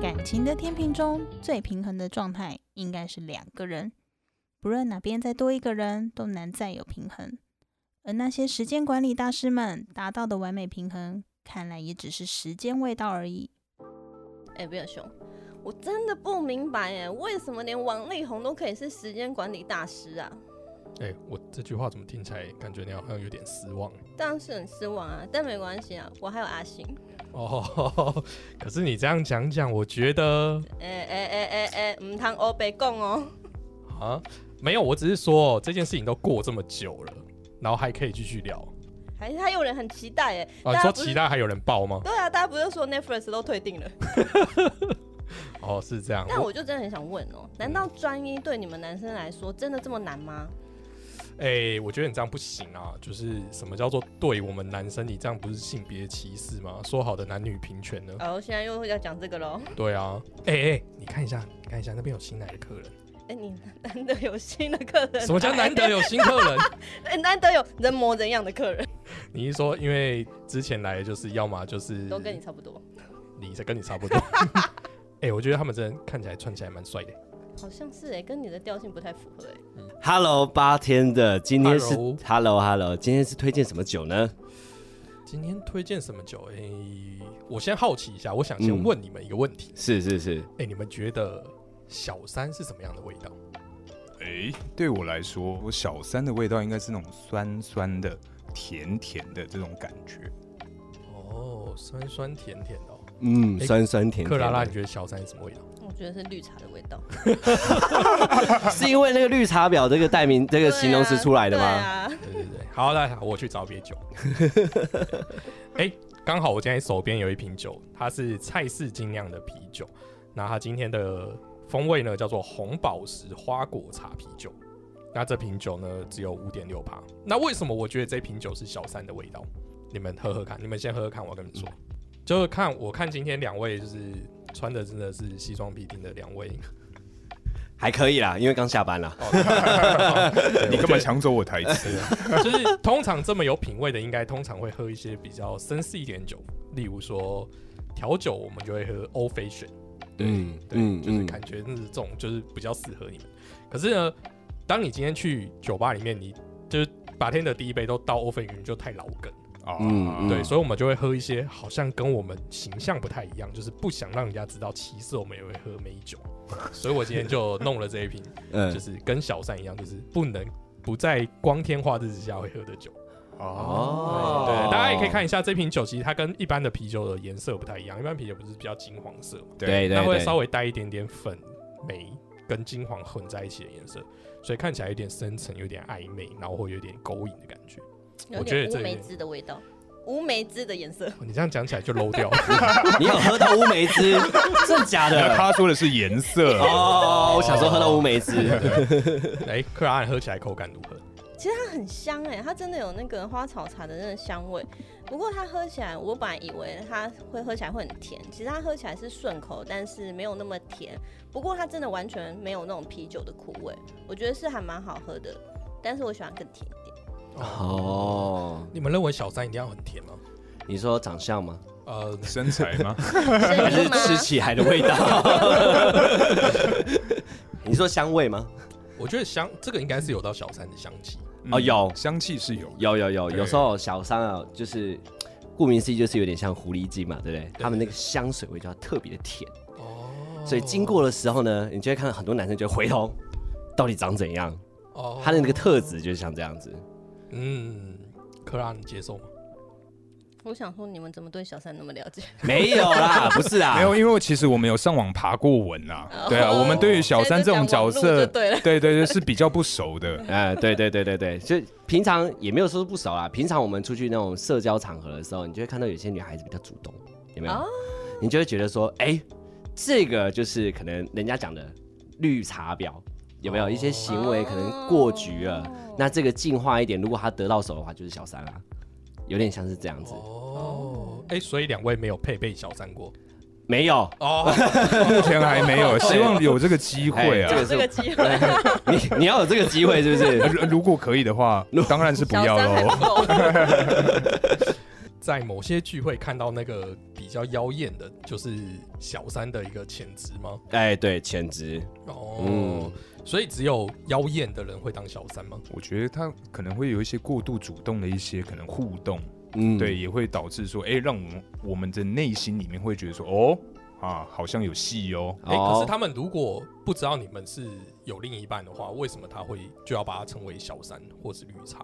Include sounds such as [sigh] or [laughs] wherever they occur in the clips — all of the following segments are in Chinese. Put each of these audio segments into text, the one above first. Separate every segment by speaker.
Speaker 1: 感情的天平中最平衡的状态应该是两个人，不论哪边再多一个人，都难再有平衡。而那些时间管理大师们达到的完美平衡，看来也只是时间未到而已。
Speaker 2: 哎、比尔熊，我真的不明白哎，为什么连王力宏都可以是时间管理大师啊？
Speaker 3: 哎、我这句话怎么听起来感觉你好像有点失望？
Speaker 2: 当然是很失望啊，但没关系啊，我还有阿星。
Speaker 3: 哦， [laughs] 可是你这样讲讲，我觉得
Speaker 2: 哎哎哎哎哎，唔通欧北共哦。
Speaker 3: 啊，没有，我只是说这件事情都过这么久了，然后还可以继续聊
Speaker 2: 还还有人很期待哎，
Speaker 3: 啊。
Speaker 2: 大
Speaker 3: 你
Speaker 2: 家
Speaker 3: 说
Speaker 2: 不是
Speaker 3: 其他还有人报
Speaker 2: [laughs]
Speaker 3: 吗？
Speaker 2: 对啊，大家不是说 Netflix 都退订了？
Speaker 3: 哦，是这样。
Speaker 2: 但我就真的很想问哦，难道专一对你们男生来说真的这么难吗？
Speaker 3: 哎、我觉得你这样不行啊！就是什么叫做对我们男生，你这样不是性别歧视吗？说好的男女平权呢？
Speaker 2: 哦，现在又要讲这个喽。
Speaker 3: 对啊，哎、哎、你看一下，你看一下那边有新来的客人。
Speaker 2: 哎、你难得有新的客人，
Speaker 3: 什么叫难得有新客
Speaker 2: [laughs]
Speaker 3: 人？
Speaker 2: 哎、难得有人模人样的客人，
Speaker 3: 你是说因为之前来的就是要么就是
Speaker 2: 都跟你差不多，
Speaker 3: 你在跟你差不
Speaker 2: [laughs]
Speaker 3: 多。哎、我觉得他们真的看起来穿起来蛮帅的。
Speaker 2: 好像是哎、跟你的调性不太符合哎、
Speaker 4: Hello，八天的，今天是
Speaker 3: Hello
Speaker 4: Hello Hello，今天是推荐什么酒呢？
Speaker 3: 今天推荐什么酒？哎、我先好奇一下，我想先问你们一个问题：
Speaker 4: 是是是，
Speaker 3: 哎、你们觉得小三是什么样的味道？
Speaker 5: 诶，对我来说，我小三的味道应该是那种酸酸的、甜甜的这种感觉。
Speaker 3: 哦，酸酸甜甜的、哦。
Speaker 4: 嗯，
Speaker 3: 哎
Speaker 4: 酸酸甜
Speaker 3: 克
Speaker 4: 甜
Speaker 3: 拉拉，你
Speaker 4: 的，
Speaker 3: 觉得小三是什么味道？
Speaker 2: 我觉得是绿茶的味道。
Speaker 4: 是因为那个绿茶婊这个代名这
Speaker 2: 这
Speaker 4: 个形容词出来的吗？
Speaker 2: 啊，对啊
Speaker 3: 啊对对对，好，那我去找别酒。哎、刚好我现在手边有一瓶酒，它是蔡氏精酿的啤酒，那它今天的风味呢叫做红宝石花果茶啤酒。那这瓶酒呢只有五点六趴。那为什么我觉得这瓶酒是小三的味道？你们喝喝看，你们先喝喝看，我要跟你们说，就是看我看今天两位就是穿的真的是西装笔挺的两位，哦
Speaker 4: 还可以啦，因为刚下班啦。
Speaker 5: 你干嘛抢走我台词？ [laughs]
Speaker 4: [laughs]
Speaker 3: 就是通常这么有品味的，应该通常会喝一些比较绅士一点的酒，例如说调酒，我们就会喝 old fashion，对、
Speaker 4: 嗯
Speaker 3: 对，
Speaker 4: 嗯
Speaker 3: 就是
Speaker 4: 嗯
Speaker 3: 感觉是这种就是比较适合你们。可是呢，当你今天去酒吧里面，你就是把天的第一杯都倒 old fashion，就太老梗。
Speaker 5: 啊，
Speaker 4: 嗯
Speaker 3: 对，所以我们就会喝一些好像跟我们形象不太一样，就是不想让人家知道，其实我们也会喝美酒。所以我今天就弄了这一瓶，就
Speaker 4: [laughs] 嗯，
Speaker 3: 是跟小三一样，就是不能不在光天化日之下会喝的酒。
Speaker 4: 哦
Speaker 3: 对，大家也可以看一下这瓶酒，其实它跟一般的啤酒的颜色不太一样，一般啤酒不是比较金黄色嘛，
Speaker 4: 对
Speaker 3: 它
Speaker 4: 对
Speaker 3: 会
Speaker 4: 对，
Speaker 3: 稍微带一点点粉梅跟金黄混在一起的颜色，所以看起来有点深沉，有点暧昧，然后会有点勾引的感觉。
Speaker 2: 有
Speaker 3: 我觉得
Speaker 2: 点
Speaker 3: 这
Speaker 2: 乌梅
Speaker 3: 个
Speaker 2: 汁的味道，乌梅汁的颜色。
Speaker 3: 哦你这样讲起来就 low 掉了，
Speaker 4: 你有喝到乌梅
Speaker 3: [laughs]
Speaker 4: 汁，真的假
Speaker 5: 那
Speaker 4: 的？
Speaker 5: 他说的是颜色，
Speaker 4: [laughs]
Speaker 3: [laughs]
Speaker 4: 哦，我想说喝到乌梅汁，
Speaker 3: 哎，克拉尔喝起来口感如何？
Speaker 2: 它很香哎、它真的有那个花草茶的那个香味。不过它喝起来，我本来以为它会喝起来会很甜，其实它喝起来是顺口，但是没有那么甜。不过它真的完全没有那种啤酒的苦味，我觉得是还蛮好喝的。但是我喜欢更甜一点。
Speaker 4: [laughs] 哦，
Speaker 3: 你们认为小三一定要很甜吗？
Speaker 4: 你说长相吗？
Speaker 3: 呃，
Speaker 5: 身材吗？
Speaker 4: 还
Speaker 2: 声
Speaker 4: 是
Speaker 2: 音吗？
Speaker 4: 吃起来的味道？ [laughs] 你说香味吗？
Speaker 3: 我觉得香这个应该是有到小三的香气，
Speaker 4: 哦有
Speaker 5: 嗯香气是有的，
Speaker 4: 有有有，
Speaker 5: 对
Speaker 4: 有时候小三啊，就是顾名思义，就是有点像狐狸精嘛，对不对？他们那个香水味就要特别的甜，
Speaker 3: 哦
Speaker 4: 所以经过的时候呢，你就会看到很多男生就会回头，到底长怎样？
Speaker 3: 哦
Speaker 4: 他的那个特质就是像这样子。
Speaker 3: 嗯，克拉你接受吗？
Speaker 2: 我想说，你们怎么对小三那么了解？
Speaker 4: 没有啦，不是啊啦，。
Speaker 5: [laughs] 没有，因为其实我们有上网爬过文啊，对啊，
Speaker 2: 哦
Speaker 5: 我们对于小三这种角
Speaker 2: 现在
Speaker 5: 色，
Speaker 2: 就讲网络就对了
Speaker 5: 对对对，是比较不熟的
Speaker 4: 哎，对对对对对，就平常也没有说不熟啦。平常我们出去那种社交场合的时候，你就会看到有些女孩子比较主动，有没有？
Speaker 2: 哦
Speaker 4: 你就会觉得说，哎、这个就是可能人家讲的绿茶婊，有没有？
Speaker 3: 哦
Speaker 4: 一些行为可能过局啊了，
Speaker 2: 哦
Speaker 4: 那这个进化一点，如果他得到手的话，就是小三啦、有点像是这样子。
Speaker 3: 哦，哎、所以两位没有配备小三过
Speaker 4: 没有，
Speaker 3: 哦，
Speaker 5: 目前还没有，希望有这个机会
Speaker 4: 哎这
Speaker 5: 啊。
Speaker 4: 个是
Speaker 2: 这个机会，
Speaker 4: [laughs] 你你要有这个机会是不
Speaker 5: 呃
Speaker 4: 是？
Speaker 5: 如如果可以的话，当然是不
Speaker 2: [laughs] 小
Speaker 5: 要
Speaker 2: 三还
Speaker 5: 喽。
Speaker 2: 不
Speaker 4: [laughs]
Speaker 2: 够。
Speaker 3: 在某些聚会看到那个比较妖艳的，就是小三的一个潜质吗？
Speaker 4: 哎，对，潜质，
Speaker 3: 哦，
Speaker 4: 嗯
Speaker 3: 所以只有妖艳的人会当小三吗？
Speaker 5: 我觉得他可能会有一些过度主动的一些可能互动，
Speaker 4: 嗯，
Speaker 5: 对，，也会导致说，哎、让我们我们的内心里面会觉得说，哦，啊，好像有戏哦。
Speaker 3: 哎、可
Speaker 4: 哦
Speaker 3: 是他们如果不知道你们是有另一半的话，为什么他会就要把它称为小三或是绿茶？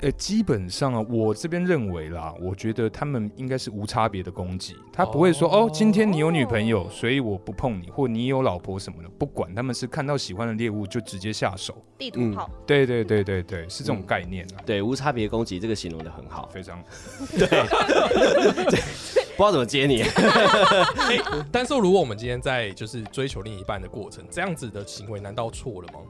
Speaker 5: 呃，基本上啊，我这边认为啦，我觉得他们应该是无差别的攻击，他不会说
Speaker 3: 哦
Speaker 5: 哦今天你有女朋友，所以我不碰你，或你有老婆什么的，不管，他们是看到喜欢的猎物就直接下手。
Speaker 2: 地图炮，
Speaker 5: 对对对对对，是这种概念啊，
Speaker 4: 对，无差别攻击这个形容的很好，
Speaker 5: 非常
Speaker 4: 不知道怎么接你。
Speaker 3: 哎、但是如果我们今天在就是追求另一半的过程，这样子的行为难道错了吗？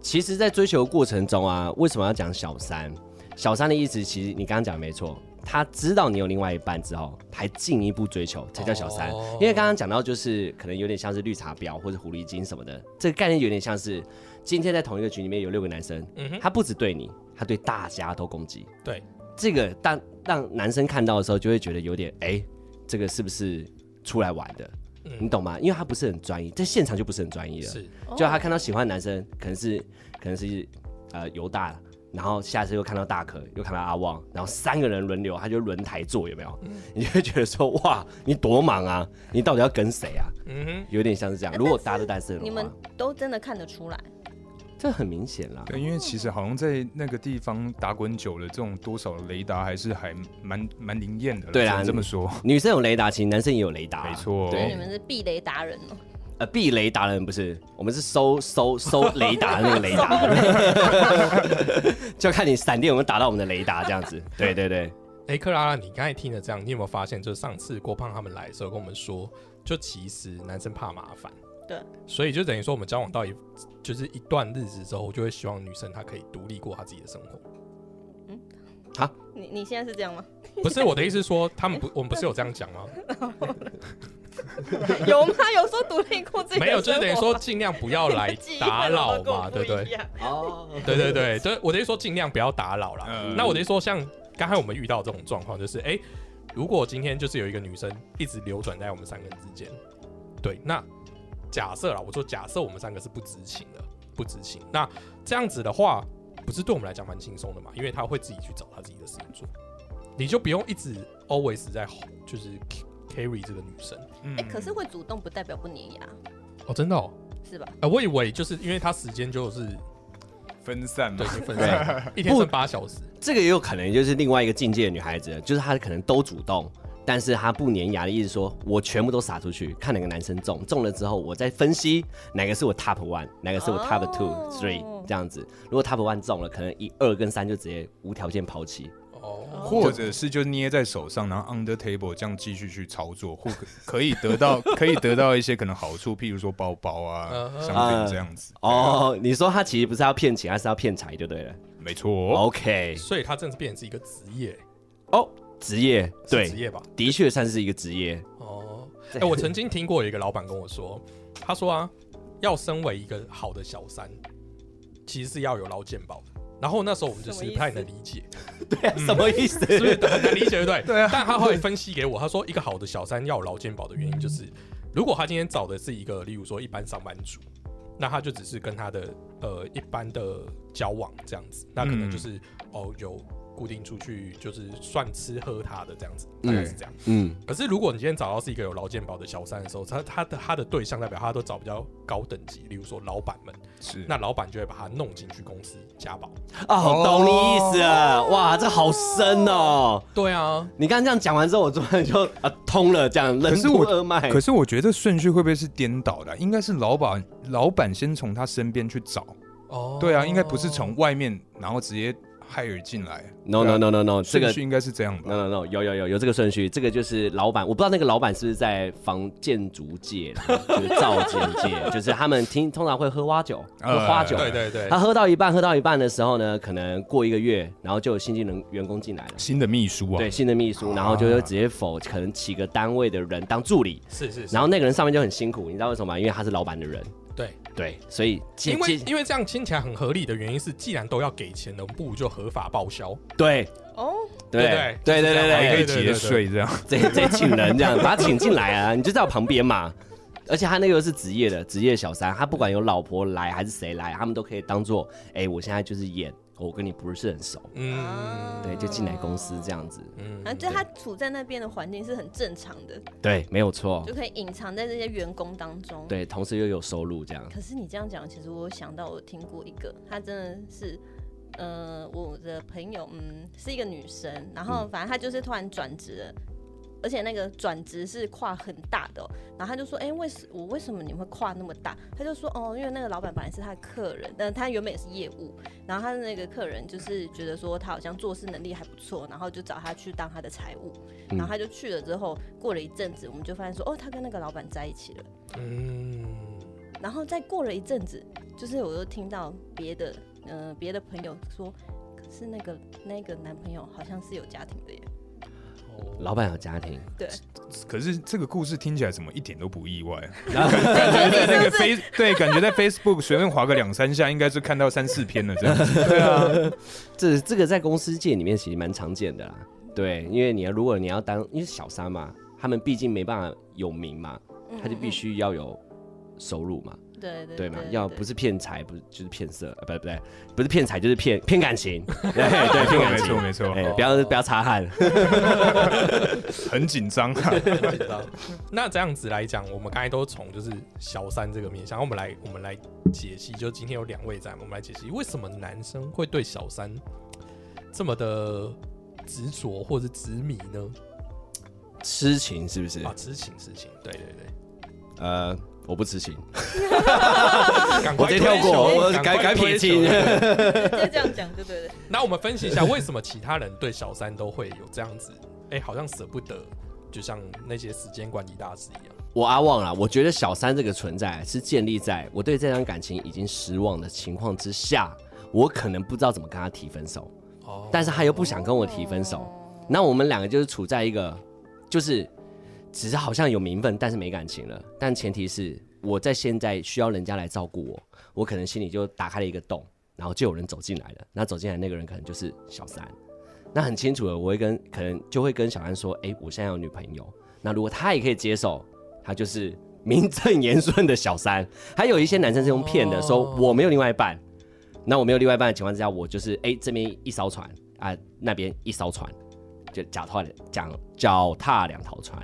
Speaker 4: 其实，在追求的过程中啊，为什么要讲小三？小三的意思，其实你刚刚讲的没错，他知道你有另外一半之后，还进一步追求，才叫小三。
Speaker 3: 哦
Speaker 4: 因为刚刚讲到，就是可能有点像是绿茶婊或者狐狸精什么的，这个概念有点像是今天在同一个局里面有六个男生，
Speaker 3: 嗯哼，
Speaker 4: 他不只对你，他对大家都攻击。
Speaker 3: 对，
Speaker 4: 这个当让男生看到的时候，就会觉得有点哎，这个是不是出来玩的？你
Speaker 3: 嗯，
Speaker 4: 懂吗？因为他不是很专一，在现场就不是很专一了。
Speaker 3: 是
Speaker 2: 哦
Speaker 4: 嗯就他看到喜欢的男生，可能是可能是呃犹大，然后下次又看到大可，又看到阿旺，然后三个人轮流，他就轮台坐，有没有？你就会觉得说哇，你多忙啊，你到底要跟谁啊？
Speaker 3: 嗯哼，
Speaker 4: 有点像是这样。如果大家都单身的
Speaker 2: 你
Speaker 4: 话
Speaker 2: 们，都真的看得出来，
Speaker 4: 这很明显啦。
Speaker 5: 对，因为其实好像在那个地方打滚久了，这种多少雷达还是还蛮蛮灵验的啦。
Speaker 4: 对
Speaker 5: 只
Speaker 4: 啦
Speaker 5: 能这么说，
Speaker 4: 女生有雷达，其实男生也有雷达啊、
Speaker 5: 没错
Speaker 2: 所以你
Speaker 4: 对，
Speaker 2: 们是避雷达人哦。
Speaker 4: 呃，避雷达人不是，我们是收收收雷达的那个雷达， [laughs] 就看你闪电有没有打到我们的雷达这样子。对对对，
Speaker 3: 哎、克拉拉，你刚才听了这样，你有没有发现，就是上次郭胖他们来的时候跟我们说，就其实男生怕麻烦，
Speaker 2: 对，
Speaker 3: 所以就等于说我们交往到一就是一段日子之后，我就会希望女生她可以独立过她自己的生活。
Speaker 2: 你你现在是这样
Speaker 4: [laughs]
Speaker 2: 吗？
Speaker 3: 不是我的意思是说，他们不，我们不是有这样讲
Speaker 2: [laughs]
Speaker 3: 吗？
Speaker 2: 有吗？有说独立过自己的
Speaker 3: 没有，就是等于
Speaker 2: 生活
Speaker 3: 说
Speaker 2: 吗
Speaker 3: 尽量不要
Speaker 2: [laughs]
Speaker 3: 来
Speaker 2: 记忆跟
Speaker 3: 打
Speaker 2: 老
Speaker 3: 扰
Speaker 2: 公跟
Speaker 3: 嘛，
Speaker 2: 我
Speaker 3: 对不
Speaker 2: 一
Speaker 3: 对？
Speaker 2: 样
Speaker 4: 哦，
Speaker 3: 对对对，就是我的意思说尽量不要打扰啦。
Speaker 5: 嗯
Speaker 3: 那我的意思说，像刚才我们遇到这种状况，就是哎、诶如果今天就是有一个女生一直流转在我们三个人之间，对，那假设啦，我说假设我们三个是不知情的，不知情，那这样子的话，不是对我们来讲蛮轻松的嘛？因为她会自己去找她自己的事情做，你就不用一直 always 在就是 carry 这个女生
Speaker 5: 嗯
Speaker 2: 哎，可是会主动不代表不粘牙，
Speaker 3: 哦，真的哦，
Speaker 2: 是吧？
Speaker 3: 呃，我以为就是因为她时间就是
Speaker 5: 分散嘛
Speaker 3: 对，已经分散，一天剩八小时，
Speaker 4: 这个也有可能就是另外一个境界的女孩子，就是她可能都主动，但是她不粘牙的意思说，我全部都撒出去，看哪个男生中，中了之后我再分析哪个是我 top one，哪个是我 top two、
Speaker 2: 哦
Speaker 4: three 这样子。如果 top one 中了，可能一二跟三就直接无条件抛弃。
Speaker 3: 哦，
Speaker 5: 或者是就捏在手上，然后 under table 这样继续去操作，或可可以得到可以得到一些可能好处，譬如说包包啊
Speaker 3: 嗯，哼
Speaker 5: 商品这样子。
Speaker 3: [laughs]
Speaker 4: 哦，你说她其实不是要骗钱，而是要骗财，就对了。
Speaker 5: 没
Speaker 3: 哦
Speaker 5: 错，哦
Speaker 4: OK，
Speaker 3: 所以他真的是变成是一个职业，
Speaker 4: 哦，职业
Speaker 3: 是
Speaker 4: 对
Speaker 3: 职，业吧？
Speaker 4: 的确算是一个职业。
Speaker 3: 哦，哎、我曾经听过有一个老板跟我说，他说啊，要身为一个好的小三，其实是要有劳健保的。然后那时候我们就是
Speaker 2: 什么
Speaker 3: 不
Speaker 2: 意思
Speaker 3: 太能理解，
Speaker 4: [laughs] 对啊，什么意思？
Speaker 3: [laughs] 是不是很难理解，对不
Speaker 2: [laughs]
Speaker 3: 对？对啊。但他后来分析给我，他说一个好的小三要有劳健保的原因就是，如果他今天找的是一个，例如说一般上班族，那他就只是跟他的呃一般的交往这样子，那可能
Speaker 4: 嗯
Speaker 3: 就是、哦有固定出去就是算吃喝他的这样子，大概是这样。
Speaker 4: 嗯，
Speaker 3: 可是如果你今天找到是一个有劳健保的小三的时候，他他的他的对象代表他都找比较高等级，例如说老板们，
Speaker 5: 是
Speaker 3: 那老板就会把它弄进去公司加保。
Speaker 4: 哦，懂你意思了，
Speaker 3: 哦
Speaker 4: 哇，这好深哦！
Speaker 3: 对啊，
Speaker 4: 你刚刚这样讲完之后，我突然
Speaker 5: [laughs]
Speaker 4: 就啊通了，这样任
Speaker 5: 是
Speaker 4: 督
Speaker 5: 我
Speaker 4: 二脉。
Speaker 5: 可是我觉得顺序会不会是颠倒的啊、应该是老板老板先从他身边去找，
Speaker 3: 哦，
Speaker 5: 对啊，应该不是从外面然后直接 hire 进来。
Speaker 4: No
Speaker 5: 对
Speaker 4: no
Speaker 5: 啊
Speaker 4: no no no，这个
Speaker 5: 顺序应该是这样
Speaker 4: no
Speaker 5: 吧？
Speaker 4: no no 有有有有这个顺序，这个就是老板，我不知道那个老板是不是在房建筑界啦，就是造建界，就是他们听通常会喝花酒，
Speaker 5: 呃
Speaker 4: 喝花酒。
Speaker 3: 对对对
Speaker 4: 他，喝到一半，喝到一半的时候呢，可能过一个月，然后就有新进人员工进来了。
Speaker 5: 新的秘书啊，
Speaker 4: 对，新的秘书，然后就直接否可能几个单位的人当助理，
Speaker 3: 是是是
Speaker 4: 然，后那个人上面就很辛苦，你知道为什么吗？因为他是老板的人，
Speaker 3: 对，
Speaker 4: 对，所以接
Speaker 3: 因为
Speaker 4: 接
Speaker 3: 因为这样听起来很合理的原因是，既然都要给钱了，不如就合法报销。
Speaker 4: 对
Speaker 2: 哦，
Speaker 4: 对对对
Speaker 3: 就是这样
Speaker 5: 哎还可
Speaker 4: 对
Speaker 5: 以
Speaker 3: 对对
Speaker 5: 节税这样。
Speaker 4: 对，这这请人这样把他请进来啊，你就在我旁边嘛。而且他那个是职业的，职业小三，他不管有老婆来还是谁来，他们都可以当做，哎、我现在就是演，哦我跟你不是很熟，
Speaker 3: 嗯
Speaker 2: 啊
Speaker 4: 对，就进来公司这样子，
Speaker 3: 嗯
Speaker 2: 反正就他处在那边的环境是很正常的，
Speaker 4: 对，没有错
Speaker 2: 就，可以隐藏在这些员工当中。。
Speaker 4: 对，同时又有收入这样，
Speaker 2: 可是你这样讲，其实我有想到我听过一个，她真的是，呃，我的朋友，嗯，是一个女生，然后反正她就是突然转职了。而且那个转职是跨很大的哦、然后她就说：“哎、为什我为什么你会跨那么大？”她就说：“哦，因为那个老板本来是她的客人，但她原本也是业务，然后她的那个客人就是觉得说她好像做事能力还不错，然后就找她去当她的财务，然后她就去了之后，过了一阵子，我们就发现说，哦，她跟那个老板在一起了。”
Speaker 3: 嗯，
Speaker 2: 然后再过了一阵子，就是我又听到别的呃别的朋友说，可是那个那个男朋友好像是有家庭的耶。
Speaker 3: 哦
Speaker 4: 老板有家庭，
Speaker 2: 对，
Speaker 5: 可是这个故事听起来怎么一点都不意外 [laughs] 啊？感觉在那个 Face 对，感觉在 Facebook 随便划个两三下，应该就看到三四篇了这样。对啊，
Speaker 4: 这这个在公司界里面其实蛮常见的啦。对，因为你要如果你要当，因为小三嘛，他们毕竟没办法有名嘛，他就必须要有收入嘛，
Speaker 2: 嗯嗯对对
Speaker 4: 对嘛？要不
Speaker 2: 是
Speaker 4: 是骗财，不是就是骗色，呃，不对不对，不是骗财就是骗骗感情，对对，骗感
Speaker 5: 没
Speaker 4: 情
Speaker 5: 错。没错，
Speaker 4: 哎、不要不要擦汗，
Speaker 5: 很紧张啊。
Speaker 3: 知道。那这样子来讲，我们刚才都从就是小三这个面向，我们来我们来解析，就今天有两位在，我们来解析为什么男生会对小三这么的执着或者执迷呢？
Speaker 4: 痴情是不是
Speaker 3: 啊，？痴情痴情，对对对，
Speaker 4: 呃，我不痴情，
Speaker 3: 赶
Speaker 4: 我
Speaker 3: 快
Speaker 4: 直接跳
Speaker 3: 推
Speaker 4: 过，
Speaker 3: 球
Speaker 4: 我
Speaker 3: 赶
Speaker 4: 改
Speaker 3: 快
Speaker 4: 改
Speaker 3: 推
Speaker 4: 撇
Speaker 3: 球
Speaker 4: 清。
Speaker 2: 就这样讲，对对对。
Speaker 3: 那我们分析一下，为什么其他人对小三都会有这样子，哎、好像舍不得，就像那些时间管理大师一样。
Speaker 4: [laughs] 我阿旺啦，啊我觉得小三这个存在是建立在我对这段感情已经失望的情况之下，我可能不知道怎么跟他提分手，
Speaker 3: 哦
Speaker 4: 但是他又不想跟我提分手，
Speaker 2: 哦
Speaker 4: 那我们两个就是处在一个，就是只是好像有名分，但是没感情了。但前提是我在现在需要人家来照顾我，我可能心里就打开了一个洞，然后就有人走进来了。那走进来那个人可能就是小三，那很清楚的，我会跟可能就会跟小三说，哎、我现在有女朋友。那如果他也可以接受，他就是名正言顺的小三。还有一些男生是用骗的，说我没有另外一半。那我没有另外一半的情况之下，我就是哎、这边一艘船啊，那边一艘船，就脚踏两脚脚踏两条船，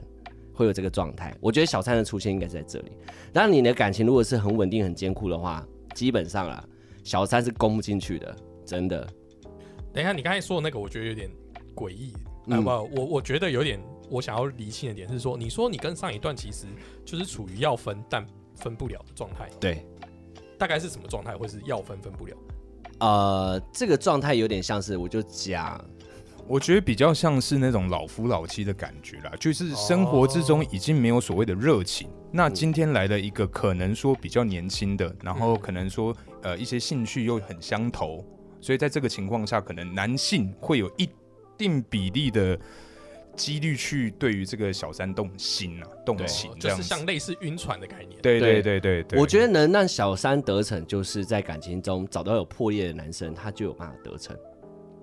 Speaker 4: 会有这个状态。我觉得小三的出现应该是在这里。那你的感情如果是很稳定、很坚固的话，基本上啦，小三是攻不进去的，真的。
Speaker 3: 等一下，你刚才说的那个，我觉得有点诡异。那
Speaker 4: 嗯
Speaker 3: 么、我我觉得有点，我想要厘清的点是说，你说你跟上一段其实就是处于要分但分不了的状态，
Speaker 4: 对，
Speaker 3: 大概是什么状态，或是要分分不了？
Speaker 4: 呃，这个状态有点像是，我就讲，
Speaker 5: 我觉得比较像是那种老夫老妻的感觉啦，就是生活之
Speaker 4: 哦
Speaker 5: 中已经没有所谓的热情。那
Speaker 4: 嗯
Speaker 5: 今天来了一个可能说比较年轻的，然后
Speaker 4: 嗯
Speaker 5: 可能说呃一些兴趣又很相投，所以在这个情况下，可能男性会有一定比例的几率去对于这个小三动心啊，动情
Speaker 3: 哦就
Speaker 5: 这样
Speaker 3: 是
Speaker 5: 子。
Speaker 3: 像类似晕船的概念。
Speaker 5: 对
Speaker 4: 对
Speaker 5: 对对对对，
Speaker 4: 我觉得能让小三得逞，就是在感情中找到有破裂的男生，他就有办法得逞，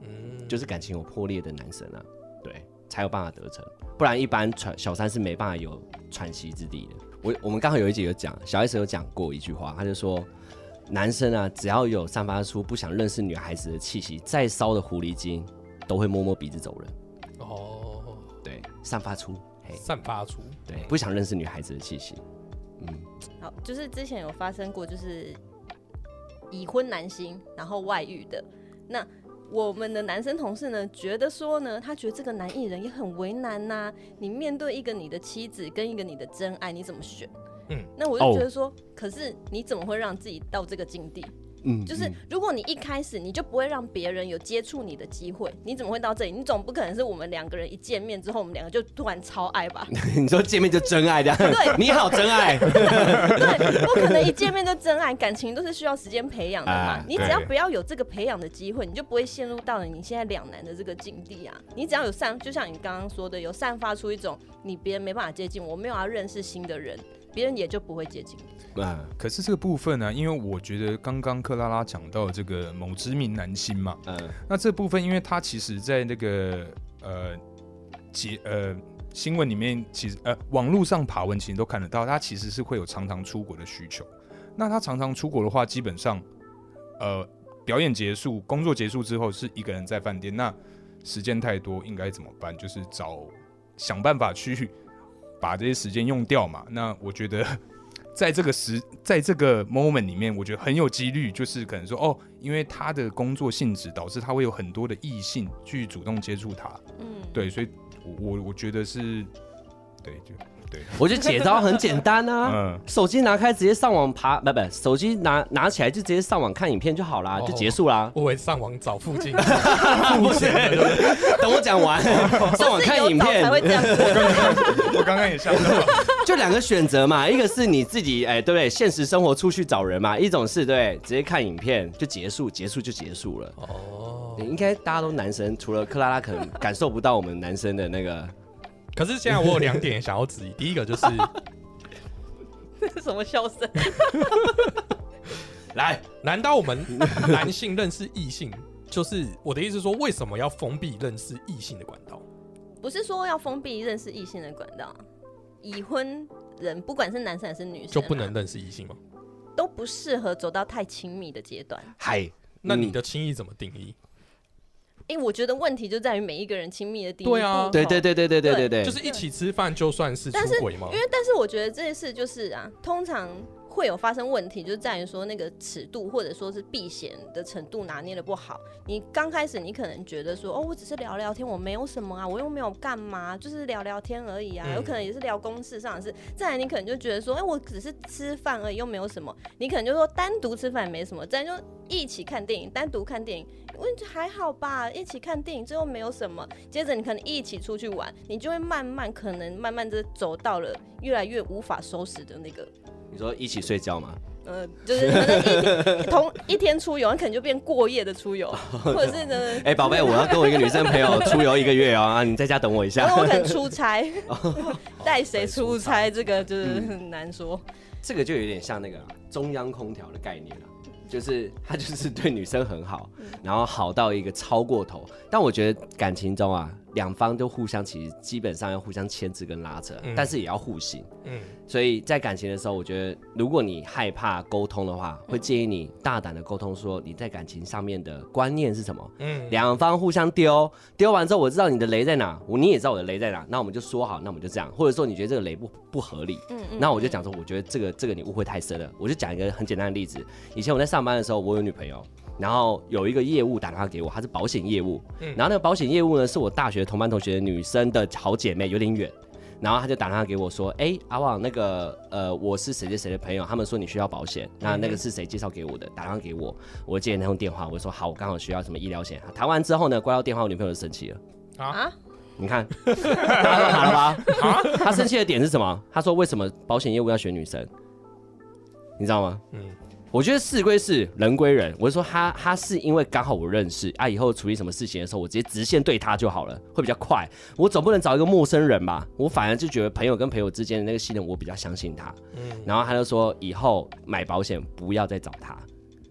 Speaker 3: 嗯，
Speaker 4: 就是感情有破裂的男生啊，对，才有办法得逞。不然一般喘小三是没办法有喘息之地的。我我们刚好有一集有讲，小 S 有讲过一句话，他就说。男生啊，只要有散发出不想认识女孩子的气息，再骚的狐狸精都会摸摸鼻子走人。
Speaker 3: 哦，
Speaker 4: 对，散发出，嘿，
Speaker 3: 散发出
Speaker 4: 对，不想认识女孩子的气息。
Speaker 2: 好，就是之前有发生过，就是已婚男星，然后外遇的。那我们的男生同事呢，觉得说呢，他觉得这个男艺人也很为难呐、你面对一个你的妻子跟一个你的真爱，你怎么选？
Speaker 3: 嗯
Speaker 2: 嗯，那我就觉得说可是你怎么会让自己到这个境地？
Speaker 4: 嗯，
Speaker 2: 就是如果你一开始你就不会让别人有接触你的机会，你怎么会到这里？你总不可能是我们两个人一见面之后，我们两个就突然超爱吧？
Speaker 4: 嗯 [laughs] 你说见面就真爱 [laughs] 这样，
Speaker 2: 对
Speaker 4: 你好真爱， [laughs]
Speaker 2: 对，不可能一见面就真爱，感情都是需要时间培养的嘛。
Speaker 4: 哎
Speaker 2: 你只要
Speaker 5: 对
Speaker 2: 不要有这个培养的机会，你就不会陷入到你现在两难的这个境地啊。你只要有散，就像你刚刚说的，有散发出一种你别人没办法接近，我没有要认识新的人，别人也就不会接近。
Speaker 4: 嗯
Speaker 5: 可是这个部分呢、啊因为我觉得刚刚克拉拉讲到这个某知名男星嘛，
Speaker 4: 嗯
Speaker 5: 那这部分因为他其实在那个呃节呃新闻里面，其实呃网络上爬文其实都看得到，他其实是会有常常出国的需求。那他常常出国的话，基本上呃表演结束、工作结束之后是一个人在饭店，那时间太多，应该怎么办？就是找想办法去 [laughs] 把这些时间用掉嘛。那我觉得。在这个时，在这个 moment 里面，我觉得很有几率，就是可能说，哦，因为他的工作性质导致他会有很多的异性去主动接触他，
Speaker 2: 嗯，
Speaker 5: 对，所以我我我觉得是，对，就对，
Speaker 4: 我觉得解招很简单 [laughs] 啊，
Speaker 5: 嗯，
Speaker 4: 手机拿开直接上网爬，不不，手机拿拿起来就直接上网看影片就好啦，
Speaker 3: 哦
Speaker 4: 就结束啦。
Speaker 3: 我会上网找附近附近的，对不对？
Speaker 4: [laughs] 等我讲 [laughs] 完，上网
Speaker 2: 是
Speaker 4: 看
Speaker 2: 有
Speaker 4: 影
Speaker 2: 早
Speaker 4: 片
Speaker 2: 才会这样子。
Speaker 5: 我刚刚也想到，
Speaker 4: 就两个选择嘛，一个是你自己，哎、对不对？现实生活出去找人嘛，一种是对，直接看影片就结束，结束就结束了。
Speaker 3: 哦，
Speaker 4: 应该大家都男生，除了克拉拉可能感受不到我们男生的那个，
Speaker 3: 可是现在我有两点想要质疑，第一个就是
Speaker 2: 什么笑声？
Speaker 4: 来，
Speaker 3: 难道我们男性认识异性，就是我的意思是说，为什么要封闭认识异性的管道？
Speaker 2: 不是说要封闭认识异性的管道，啊已婚人不管是男生还是女生，啊
Speaker 3: 就不能认识异性吗？
Speaker 2: 都不适合走到太亲密的阶段。
Speaker 4: 嗨，
Speaker 3: 那你
Speaker 4: 嗯
Speaker 3: 的轻易怎么定义？
Speaker 2: 哎、我觉得问题就在于每一个人亲密的定义
Speaker 3: 对啊
Speaker 2: 不同
Speaker 4: 对对对对对对对对，
Speaker 3: 就是一起吃饭就算是出
Speaker 2: 嗯但是
Speaker 3: 轨吗？
Speaker 2: 因为但是我觉得这件事就是啊，通常会有发生问题，就是在于说那个尺度或者说是避嫌的程度拿捏的不好。你刚开始你可能觉得说，哦，我只是聊聊天，我没有什么啊，我又没有干嘛，就是聊聊天而已啊。
Speaker 3: 嗯
Speaker 2: 有可能也是聊公事上的事。再来你可能就觉得说，哎、我只是吃饭而已，又没有什么。你可能就说单独吃饭也没什么，再来就一起看电影，单独看电影。我就还好吧，一起看电影，这又没有什么。接着你可能一起出去玩，你就会慢慢可能慢慢的走到了越来越无法收拾的那个，
Speaker 4: 你说一起睡觉嘛，
Speaker 2: [laughs] 呃，就是可能一天同一天出游，你可能就变过夜的出游，或者是 [laughs] 呢，
Speaker 4: 哎、宝贝，我要跟我一个女生
Speaker 3: [laughs]
Speaker 4: 朋友出游一个月哦，啊，你在家等我一
Speaker 2: 然
Speaker 3: 哦
Speaker 4: 下
Speaker 2: 后。我可能出 [laughs] 差，带谁出差嗯这个就是很难说。
Speaker 4: 这个就有点像那个中央空调的概念了、就是他就是对女生很好，然后好到一个超过头。但我觉得感情中啊，两方都互相其实基本上要互相牵制跟拉扯，
Speaker 3: 嗯
Speaker 4: 但是也要互信。
Speaker 3: 嗯，
Speaker 4: 所以在感情的时候，我觉得如果你害怕沟通的话，会建议你大胆的沟通，说你在感情上面的观念是什么。
Speaker 3: 嗯
Speaker 4: 两方互相丢，丢完之后我知道你的雷在哪，我你也知道我的雷在哪，那我们就说好，那我们就这样，或者说你觉得这个雷不不合理，
Speaker 2: 嗯嗯
Speaker 4: 那我就讲说，我觉得这个这个你误会太深了。我就讲一个很简单的例子，以前我在上班的时候，我有女朋友，然后有一个业务打电话给我，她是保险业务，
Speaker 3: 嗯
Speaker 4: 然后那个保险业务呢是我大学同班同学的女生的好姐妹，有点远。然后她就打电话给我说：“哎、阿旺，那个呃，我是谁谁谁的朋友，他们说你需要保险，那
Speaker 2: 嗯
Speaker 4: 那个是谁介绍给我的？打电话给我，我接那通电话，我说好，我刚好需要什么医疗险。谈完之后呢，挂掉电话，我女朋友就生气了。
Speaker 2: 啊，
Speaker 4: 你看， [laughs] 大家都查了吧？他生气的点是什么？他说为什么保险业务要选女生？你知道吗？
Speaker 3: 嗯
Speaker 4: 我觉得事归事，人归人。我是说他，他是因为刚好我认识啊，以后处理什么事情的时候，我直接直线对他就好了，会比较快。我总不能找一个陌生人吧？我反而就觉得朋友跟朋友之间的那个信任，我比较相信他。
Speaker 3: 嗯，
Speaker 4: 然后他就说以后买保险不要再找他，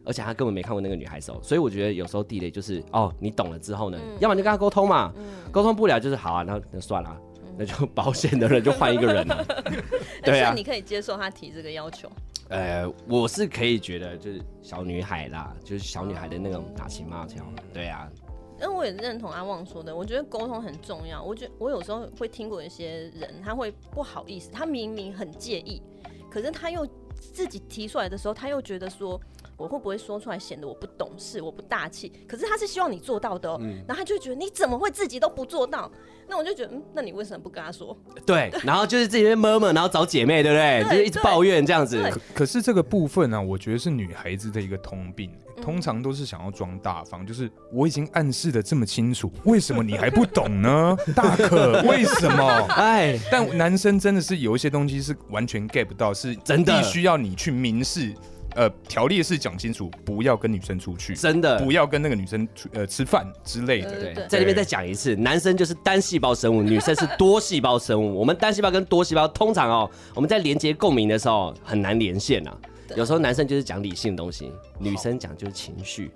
Speaker 4: 而且他根本没看过那个女孩哦手，所以我觉得有时候地雷就是哦，你懂了之后呢，
Speaker 2: 嗯
Speaker 4: 要么就跟他沟通嘛，沟通不了就是好啊，那那算了啊、那就 [laughs] 保险的人就换一个人
Speaker 2: [laughs]
Speaker 4: 啊。 [laughs]
Speaker 2: 嗯
Speaker 4: 对
Speaker 2: 哎所
Speaker 4: 啊
Speaker 2: 以你可以接受他提这个要求。
Speaker 4: 呃，我是可以觉得就是小女孩啦，就是小女孩的那种打情骂俏，对啊，
Speaker 2: 因为我也认同阿旺说的，我觉得沟通很重要。我觉得我有时候会听过一些人，他会不好意思，他明明很介意，可是他又自己提出来的时候，他又觉得说我会不会说出来显得我不懂事，我不大气？可是他是希望你做到的哦，
Speaker 4: 嗯，
Speaker 2: 然后他就会觉得你怎么会自己都不做到？那我就觉得，嗯，那你为什么不跟他说？
Speaker 4: 对，然后就是自己在摸摸，然后找姐妹，对不对？
Speaker 2: 对
Speaker 4: 就是一直抱怨这样子，
Speaker 2: 对
Speaker 5: 可可是这个部分呢、啊我觉得是女孩子的一个通病，欸通常都是想要装大方，就是我已经暗示的这么清楚，为什么你还不懂呢？大可，为什么？
Speaker 4: 哎，
Speaker 5: 但男生真的是有一些东西是完全 get 不到，是
Speaker 4: 真的
Speaker 5: 必须要你去明示，呃，条列式讲清楚，不要跟女生出去，
Speaker 4: 真的呃
Speaker 5: 不要跟那个女生出呃吃饭之类的。
Speaker 4: 对
Speaker 2: 对，
Speaker 4: 在这边再讲一次，男生就是单细
Speaker 2: [laughs]
Speaker 4: 胞生物，女生是多细胞生物。我们单细胞跟多细胞通常哦，我们在连接共鸣的时候很难连线啊。
Speaker 2: 对
Speaker 4: 有时候男生就是讲理性的东西，女生讲就是情绪。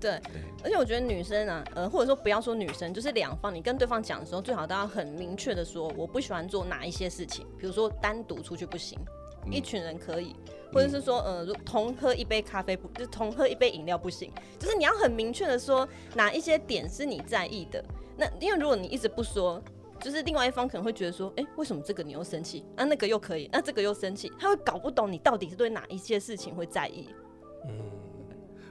Speaker 2: 对，而且我觉得女生啊，呃，或者说不要说女生，就是两方，你跟对方讲的时候，最好都要很明确的说，我不喜欢做哪一些事情，比如说单独出去不行，一群人可以，或者是说，呃，如同喝一杯咖啡不，就是同喝一杯饮料不行，就是你要很明确的说哪一些点是你在意的。那因为如果你一直不说。就是另外一方可能会觉得说，哎、为什么这个你又生气，啊那个又可以，那、这个又生气，他会搞不懂你到底是对哪一些事情会在意。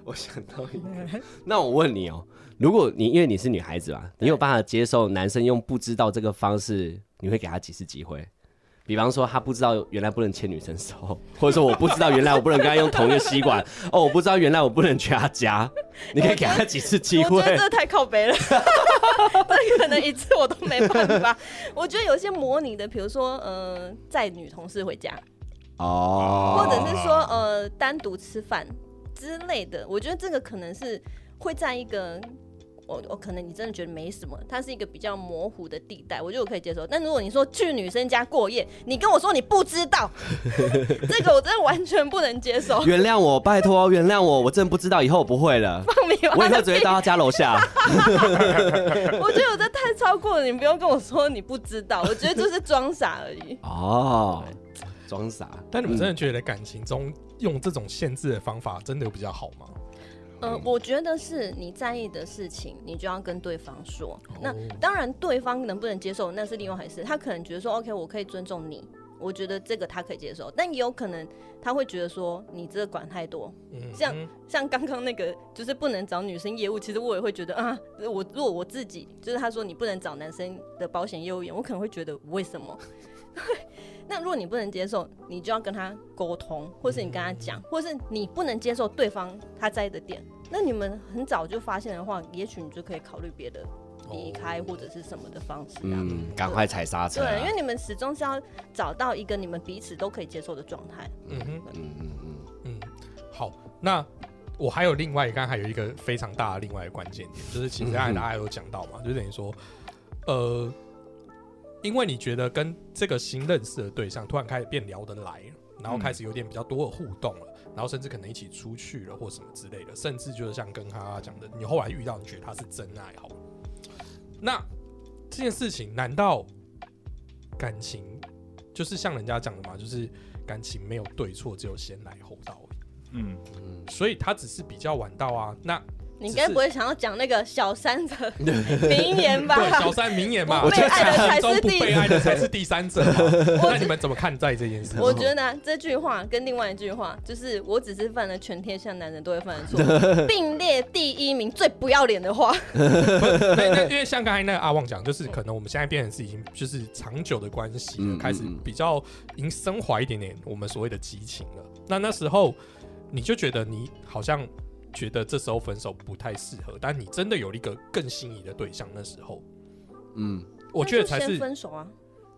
Speaker 4: 我想到一个， [laughs] 那我问你哦，如果你因为你是女孩子嘛，你有办法接受男生用不知道这个方式，你会给他几次机会？比方说，他不知道原来不能牵女生手，或者说我不知道原来我不能跟他用同一个吸管，哦，我不知道原来我不能去他家，你可以给他几次机
Speaker 2: 我
Speaker 4: 会
Speaker 2: 觉？得这太靠
Speaker 4: [laughs]
Speaker 2: 北了，这可能一次我都没办法。我觉得有一些模拟的，比如说呃，载女同事回家，
Speaker 4: 哦，
Speaker 2: 或者是说呃单独吃饭之类的，我觉得这个可能是会在一个。我我可能你真的觉得没什么，它是一个比较模糊的地带，我觉得我可以接受。但如果你说去女生家过夜，你跟我说你不知
Speaker 4: [laughs]
Speaker 2: 道，这个我真的完全不能接受。
Speaker 4: 原谅我，拜托原谅我，我真的不知道，以后我不会了，
Speaker 2: 放屁吧
Speaker 4: 我以后只会到他家楼
Speaker 2: [laughs]
Speaker 4: 下。
Speaker 2: 我觉得我这太超过了，你不用跟我说你不知道，我觉得就是装傻而已。
Speaker 4: 哦，装傻，
Speaker 3: 但你们真的觉得感情中用这种限制的方法真的有比较好吗？
Speaker 2: 呃，我觉得是你在意的事情，你就要跟对方说。那当然，对方能不能接受那是另外一回事。他可能觉得说，OK，我可以尊重你，我觉得这个他可以接受，但也有可能他会觉得说，你这个管太多。
Speaker 3: 嗯
Speaker 2: 这样像刚刚那个，就是不能找女生业务，其实我也会觉得啊，我如果我自己，就是他说你不能找男生的保险业务员，我可能会觉得为什么？ [laughs] 那如果你不能接受，你就要跟他沟通，或是你跟他讲，或是你不能接受对方他在意的点，那你们很早就发现的话，也许你就可以考虑别的离开或者是什么的方式啊。
Speaker 4: 嗯，赶快踩刹车啊。
Speaker 2: 对，因为你们始终是要找到一个你们彼此都可以接受的状态。
Speaker 3: 嗯哼。
Speaker 4: 嗯嗯嗯。
Speaker 3: 嗯，好，那我还有另外刚刚还有一个非常大的另外一个关键点，就是其实
Speaker 2: 嗯
Speaker 3: 刚才大家有讲到嘛，就等于说，呃，因为你觉得跟这个新认识的对象突然开始变聊得来，然后开始有点比较多的互动了。然后甚至可能一起出去了，或什么之类的，甚至就是像跟他讲的，你后来遇到，你觉得他是真爱，好了，那这件事情难道感情就是像人家讲的嘛，就是感情没有对错，只有先来后到而已
Speaker 5: 嗯，
Speaker 3: 所以他只是比较晚到啊。那
Speaker 2: 你
Speaker 3: 只
Speaker 2: 该
Speaker 3: 是
Speaker 2: 不会想要讲那个小三的名言吧？
Speaker 3: 对小三名言嘛，
Speaker 2: 不被爱的才
Speaker 3: 爱
Speaker 2: 是
Speaker 3: 中不
Speaker 2: 第
Speaker 3: 被爱的才是第三者嘛。那你们怎么看待这件事？
Speaker 2: 我觉得啊这句话跟另外一句话，就是我只是犯了全天下男人都会犯的
Speaker 3: [laughs]
Speaker 2: 错，并列第一名最不要脸的话。
Speaker 3: 那
Speaker 4: [laughs]
Speaker 3: 那因为像刚才那个阿旺讲，就是可能我们现在变成是已经就是长久的关系了，
Speaker 4: 嗯
Speaker 3: 开始
Speaker 4: 嗯嗯
Speaker 3: 比较已经升华一点点我们所谓的激情了。那那时候你就觉得你好像觉得这时候分手不太适合，但你真的有一个更心仪的对象，那时候
Speaker 4: 嗯
Speaker 3: 我觉得
Speaker 2: 那
Speaker 3: 才
Speaker 2: [laughs] 就先
Speaker 3: 是
Speaker 2: 分手啊。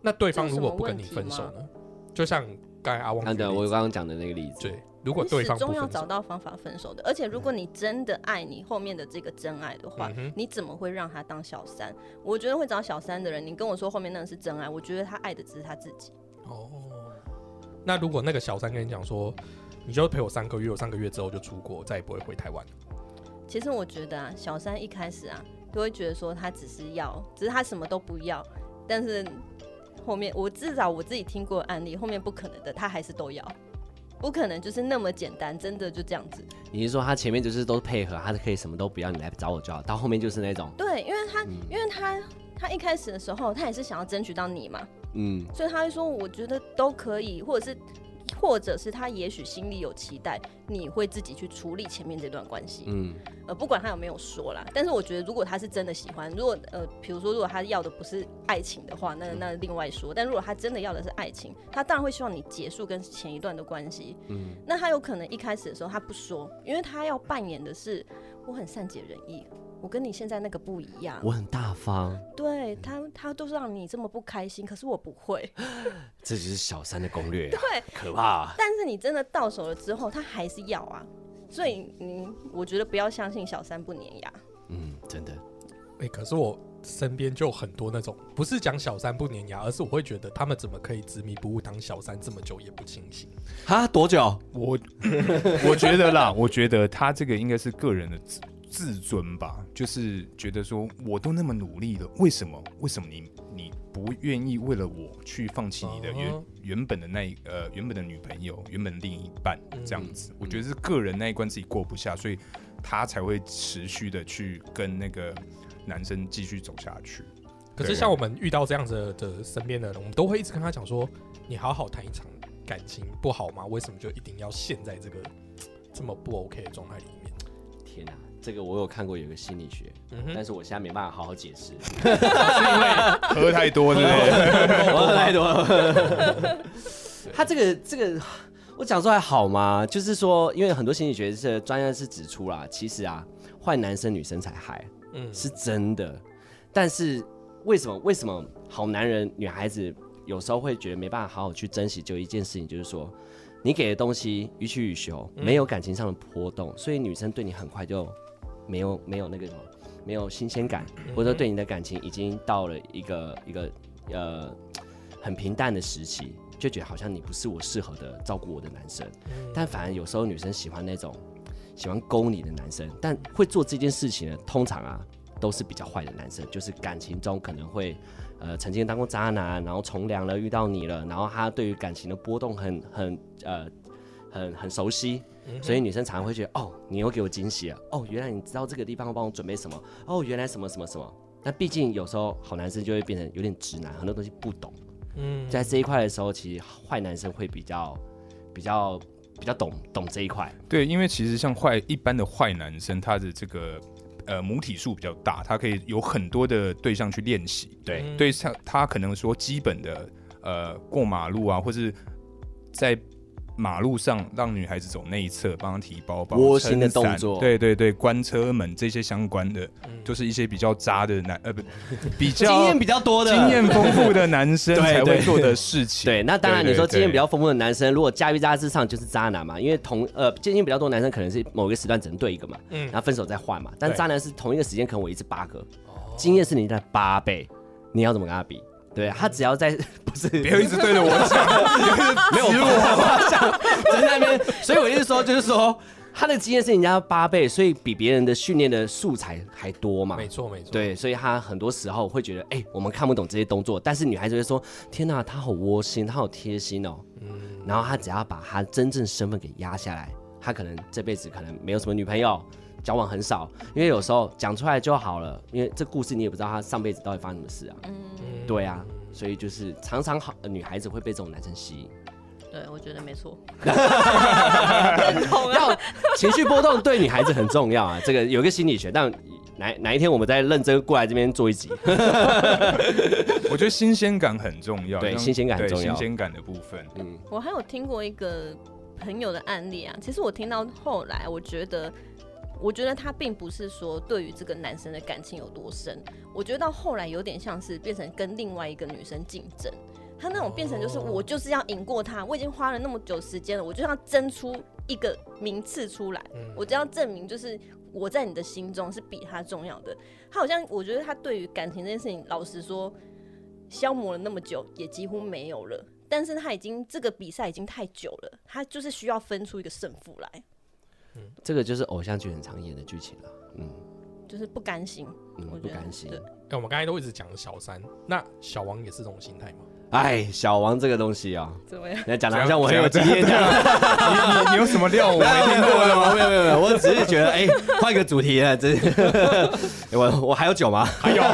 Speaker 3: 那对方
Speaker 2: 这有
Speaker 3: 如
Speaker 2: 什
Speaker 3: 果
Speaker 2: 么
Speaker 3: 不跟
Speaker 2: 问
Speaker 3: 你
Speaker 2: 题
Speaker 3: 分
Speaker 2: 吗
Speaker 3: 手呢？就像刚才阿旺
Speaker 4: 啊，
Speaker 3: 举
Speaker 4: 对，
Speaker 3: 的
Speaker 4: 我
Speaker 3: 例子
Speaker 4: 刚刚讲的那个例子，
Speaker 3: 对，如果
Speaker 2: 你
Speaker 3: 对
Speaker 2: 始
Speaker 3: 方不
Speaker 2: 终要
Speaker 3: 分
Speaker 2: 找
Speaker 3: 手，
Speaker 2: 到方法分手的，而且如果你真的爱你后面的这个真爱的话
Speaker 3: 嗯，哼
Speaker 2: 你怎么会让他当小三？我觉得会找小三的人，你跟我说后面那个是真爱，我觉得他爱的只是他自己。
Speaker 3: 哦，那如果那个小三跟你讲说，你就陪我三个月，我三个月之后就出国，再也不会回台湾。
Speaker 2: 其实我觉得啊，小三一开始啊，都会觉得说他只是要，只是他什么都不要，但是后面我至少我自己听过的案例，后面不可能的，他还是都要，不可能就是那么简单，真的就这样子。
Speaker 4: 你是说他前面就是都配合，他可以什么都不要，你来找我就好，到后面就是那种，
Speaker 2: 对，因为他，因为他。他一开始的时候，他也是想要争取到你嘛，
Speaker 4: 嗯，
Speaker 2: 所以他会说：“我觉得都可以，或者是或者是他也许心里有期待，你会自己去处理前面这段关系。
Speaker 4: 嗯，
Speaker 2: 呃，不管他有没有说啦，但是我觉得如果他是真的喜欢，如果呃，比如说如果他要的不是爱情的话，那那另外说。但如果他真的要的是爱情，他当然会希望你结束跟前一段的关系。嗯，那他有可能一开始的时候他不说，因为他要扮演的是我很善解人意，我跟你现在那个不一样。
Speaker 4: 我很大方，
Speaker 2: 对他，他都让你这么不开心，可是我不会。 [laughs]
Speaker 4: 这就是小三的攻略、啊，
Speaker 2: 对，
Speaker 4: 可怕、啊。
Speaker 2: 但是你真的到手了之后，他还是要啊。所以你，我觉得不要相信小三不粘牙。
Speaker 4: 嗯，真的，
Speaker 3: 哎、可是我身边就很多那种，不是讲小三不粘牙，而是我会觉得他们怎么可以执迷不悟当小三这么久也不清醒？
Speaker 4: 哈，多久？
Speaker 5: 我 [laughs] 我觉得啦，我觉得他这个应该是个人的自自尊吧，就是觉得说我都那么努力了，为什么为什么你你不愿意为了我去放弃你的原、
Speaker 3: 哦
Speaker 5: 原本的那一呃原本的女朋友，原本的另一半这样子？我觉得是个人那一关自己过不下，所以他才会持续的去跟那个男生继续走下去。
Speaker 3: 可是
Speaker 5: 对
Speaker 3: 像我们遇到这样子的身边的人，我们都会一直跟他讲说，你好好谈一场感情不好吗？为什么就一定要陷在这个这么不 OK 的状态里面？
Speaker 4: 天哪、这个我有看过，有个心理学，
Speaker 3: 嗯
Speaker 4: 但
Speaker 3: 哼，
Speaker 4: 是我现在没办法好好解释。
Speaker 5: 喝太多，对不对？
Speaker 4: 我喝太多了。他这个这个，我讲出来好吗？就是说，因为很多心理学的专家是指出啦，其实啊，坏男生女生才害
Speaker 3: 嗯，
Speaker 4: 是真的。但是为什么为什么好男人女孩子有时候会觉得没办法好好去珍惜？就一件事情，就是说。你给的东西予取予求，没有感情上的波动，所以女生对你很快就没有没有那个什么，没有新鲜感，或者说对你的感情已经到了一个一个呃很平淡的时期，就觉得好像你不是我适合的照顾我的男生。但反而有时候女生喜欢那种喜欢勾你的男生，但会做这件事情的，通常啊都是比较坏的男生，就是感情中可能会。呃，曾经当过渣男，然后从良了，遇到你了，然后他对于感情的波动很很呃很很熟悉，所以女生常常会觉得哦，你又给我惊喜了，哦，原来你知道这个地方会帮我准备什么，哦，原来什么什么什么。那毕竟有时候好男生就会变成有点直男，很多东西不懂。
Speaker 3: 嗯，
Speaker 4: 在这一块的时候，其实坏男生会比较比较比较懂懂这一块。
Speaker 5: 对，因为其实像坏一般的坏男生，他的这个呃母体数比较大，他可以有很多的对象去练习。
Speaker 4: 对
Speaker 3: 嗯
Speaker 5: 对，像他可能说基本的呃过马路啊，或是在马路上让女孩子走内侧，帮她提包包，
Speaker 4: 窝心的
Speaker 5: 撑伞
Speaker 4: 动作嗯
Speaker 5: 对对对，关车门这些相关的，就是一些比较渣的男
Speaker 4: [laughs]
Speaker 5: 呃不比较
Speaker 4: 经验比较多的，
Speaker 5: 经验丰富的男生
Speaker 4: 对
Speaker 5: 才会
Speaker 4: 对
Speaker 5: 做的事情。
Speaker 4: 对，那当然
Speaker 5: 对
Speaker 4: 你说
Speaker 5: 对
Speaker 4: 经验
Speaker 5: 对
Speaker 4: 比较丰富的男生，如果驾驭在他之上就是渣男嘛，因为同呃经验比较多的男生可能是某一个时段只能对一个嘛，
Speaker 3: 嗯
Speaker 4: 然后分手再换嘛，但
Speaker 3: 对
Speaker 4: 渣男是同一个时间可能我一次八个，经验是你的八倍，你要怎么跟他比？对他只要在 [laughs] 不是
Speaker 5: 不要一直对着我讲，
Speaker 4: 没有我在那边，所以我就是说，就是说他的经验是人家八倍，所以比别人的训练的素材还多嘛。
Speaker 3: 没错没错，，
Speaker 4: 啊对，所以他很多时候会觉得，哎、我们看不懂这些动作，但是女孩子会说，天哪、他好窝心，他好贴心哦。
Speaker 5: 嗯
Speaker 4: 然后他只要把他真正身份给压下来，他可能这辈子可能没有什么女朋友，交往很少，因为有时候讲出来就好了，因为这故事你也不知道他上辈子到底发生什么事啊。
Speaker 5: 嗯
Speaker 4: 对啊，所以就是常常好、呃女孩子会被这种男生吸引。
Speaker 2: 对，我觉得没错。 [laughs] 认同啊，
Speaker 4: 要情绪波动对女孩子很重要啊，这个有一个心理学，但哪哪一天我们再认真过来这边做一集。
Speaker 5: 我觉得新鲜感很重要，
Speaker 4: 对
Speaker 5: 像
Speaker 4: 新鲜感很
Speaker 5: 对
Speaker 4: 重要嗯
Speaker 5: 新鲜感的部分， [laughs]
Speaker 2: 我还有听过一个朋友的案例啊。其实我听到后来，我觉得，我觉得他并不是说对于这个男生的感情有多深，我觉得到后来有点像是变成跟另外一个女生竞争。他那种变成就是我就是要赢过他，我已经花了那么久时间了，我就要争出一个名次出来，我就要证明就是我在你的心中是比他重要的。他好像我觉得他对于感情这件事情，老实说，消磨了那么久，也几乎没有了。但是他已经这个比赛已经太久了，他就是需要分出一个胜负来，
Speaker 4: 这个就是偶像剧很常演的剧情了。嗯
Speaker 2: 就是不甘心。
Speaker 4: 嗯
Speaker 2: 我，觉
Speaker 4: 不
Speaker 2: 得
Speaker 4: 甘心
Speaker 2: 对。
Speaker 3: 哎、我们刚才都一直讲小三，那小王也是这种心 [laughs] 态吗？
Speaker 4: 哎，小王这个东西啊、
Speaker 2: 怎么样？
Speaker 4: 人家讲的好
Speaker 5: 这样
Speaker 4: 像我很有经验这样。
Speaker 5: 你你你有什么料我没听过的吗？
Speaker 4: 没有没有没有，我只是觉得，哎、换一个主题啊，这我我还有酒吗？
Speaker 3: 还有。啊